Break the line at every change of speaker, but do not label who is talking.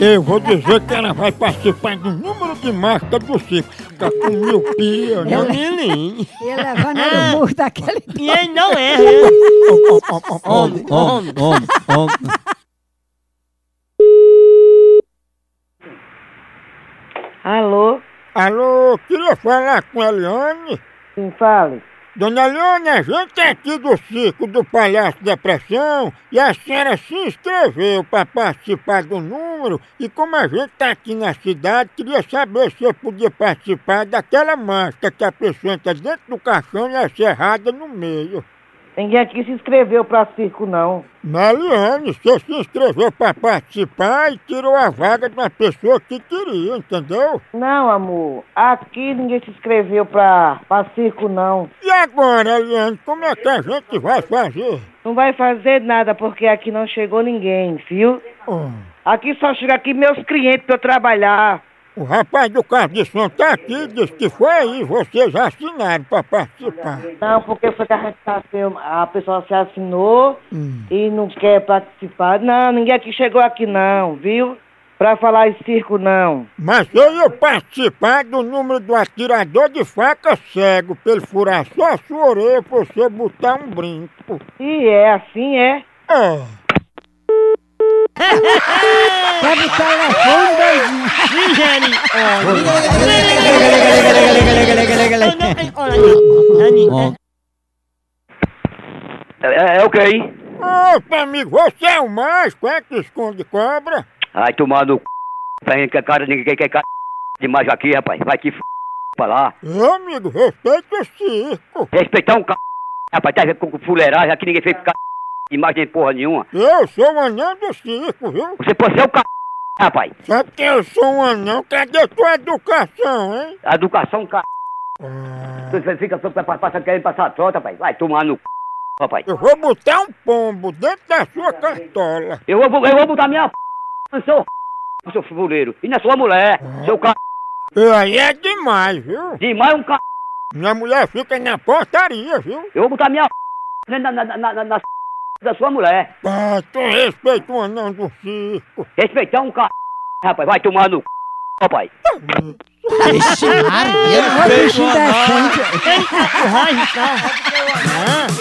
Eu vou dizer que ela vai participar do número de marca do circo. Fica com miopia,
É o
né?
Lili.
E levando no murro daquele.
E ele não erra.
Ó, ó, ó, ó, ó.
Homem, homem.
homem, homem.
Alô?
Alô, queria falar com a Eliane.
Quem fala?
Dona Eliane, a gente é aqui do circo do Palhaço Depressão e a senhora se inscreveu para participar do número e como a gente está aqui na cidade, queria saber se eu podia participar daquela máscara que a pessoa entra dentro do caixão e é cerrada no meio.
Ninguém aqui se inscreveu pra circo, não.
Mariane, você se inscreveu para participar e tirou a vaga de uma pessoa que queria, entendeu?
Não, amor. Aqui ninguém se inscreveu pra, pra circo, não.
E agora, Eliane, como é que a gente vai fazer?
Não vai fazer nada porque aqui não chegou ninguém, viu?
Oh,
Aqui só chega aqui meus clientes pra eu trabalhar.
o rapaz do carro de som tá aqui, disse que foi aí, vocês assinaram para participar.
Não, porque foi que a gente tá sem- a pessoa se assinou e não quer participar. Não, ninguém aqui chegou aqui, não, viu? Pra falar em circo, não.
Mas eu ia participar do número do atirador de faca cego, pra ele furar só a sua orelha pra você botar um brinco.
E é assim, é?
É.
Pega o telefone, doidinho.
Ligere.
Homem.
É, é o que aí?
Opa, amigo, ah, você é o mágico, é que esconde cobra?
Ai, tomando c. Pra gente que é cara, ninguém quer cara demais aqui, rapaz. Vai que f. pra lá.
Ô, amigo, respeita o circo.
Respeitar um c. Rapaz, tá com fuleiragem aqui, ninguém fez c. demais nem porra nenhuma.
Eu sou um anão do circo, viu?
Você pode ser o c. rapaz.
Só porque eu sou um anão, cadê tua educação, hein? Ah,
A educação, c. Você fica só pra- pra- passando, querendo passar a trota, rapaz. Vai tomar no c. rapaz.
Eu vou botar um pombo dentro da sua cartola.
Eu vou, eu vou botar minha c. no seu c. seu fuleiro. E na sua mulher. Seu c.
E aí é demais, viu?
demais um c.
Minha mulher fica na portaria, viu?
Eu vou botar minha c. na, na, na, na, na c. da sua mulher.
Pá, tu respeita o anão do circo.
Respeitar um c... rapaz, vai tomar no c... rapaz.
Ixi, Maria.
Ô, bichinho decente.
Vai, tá.
Ah,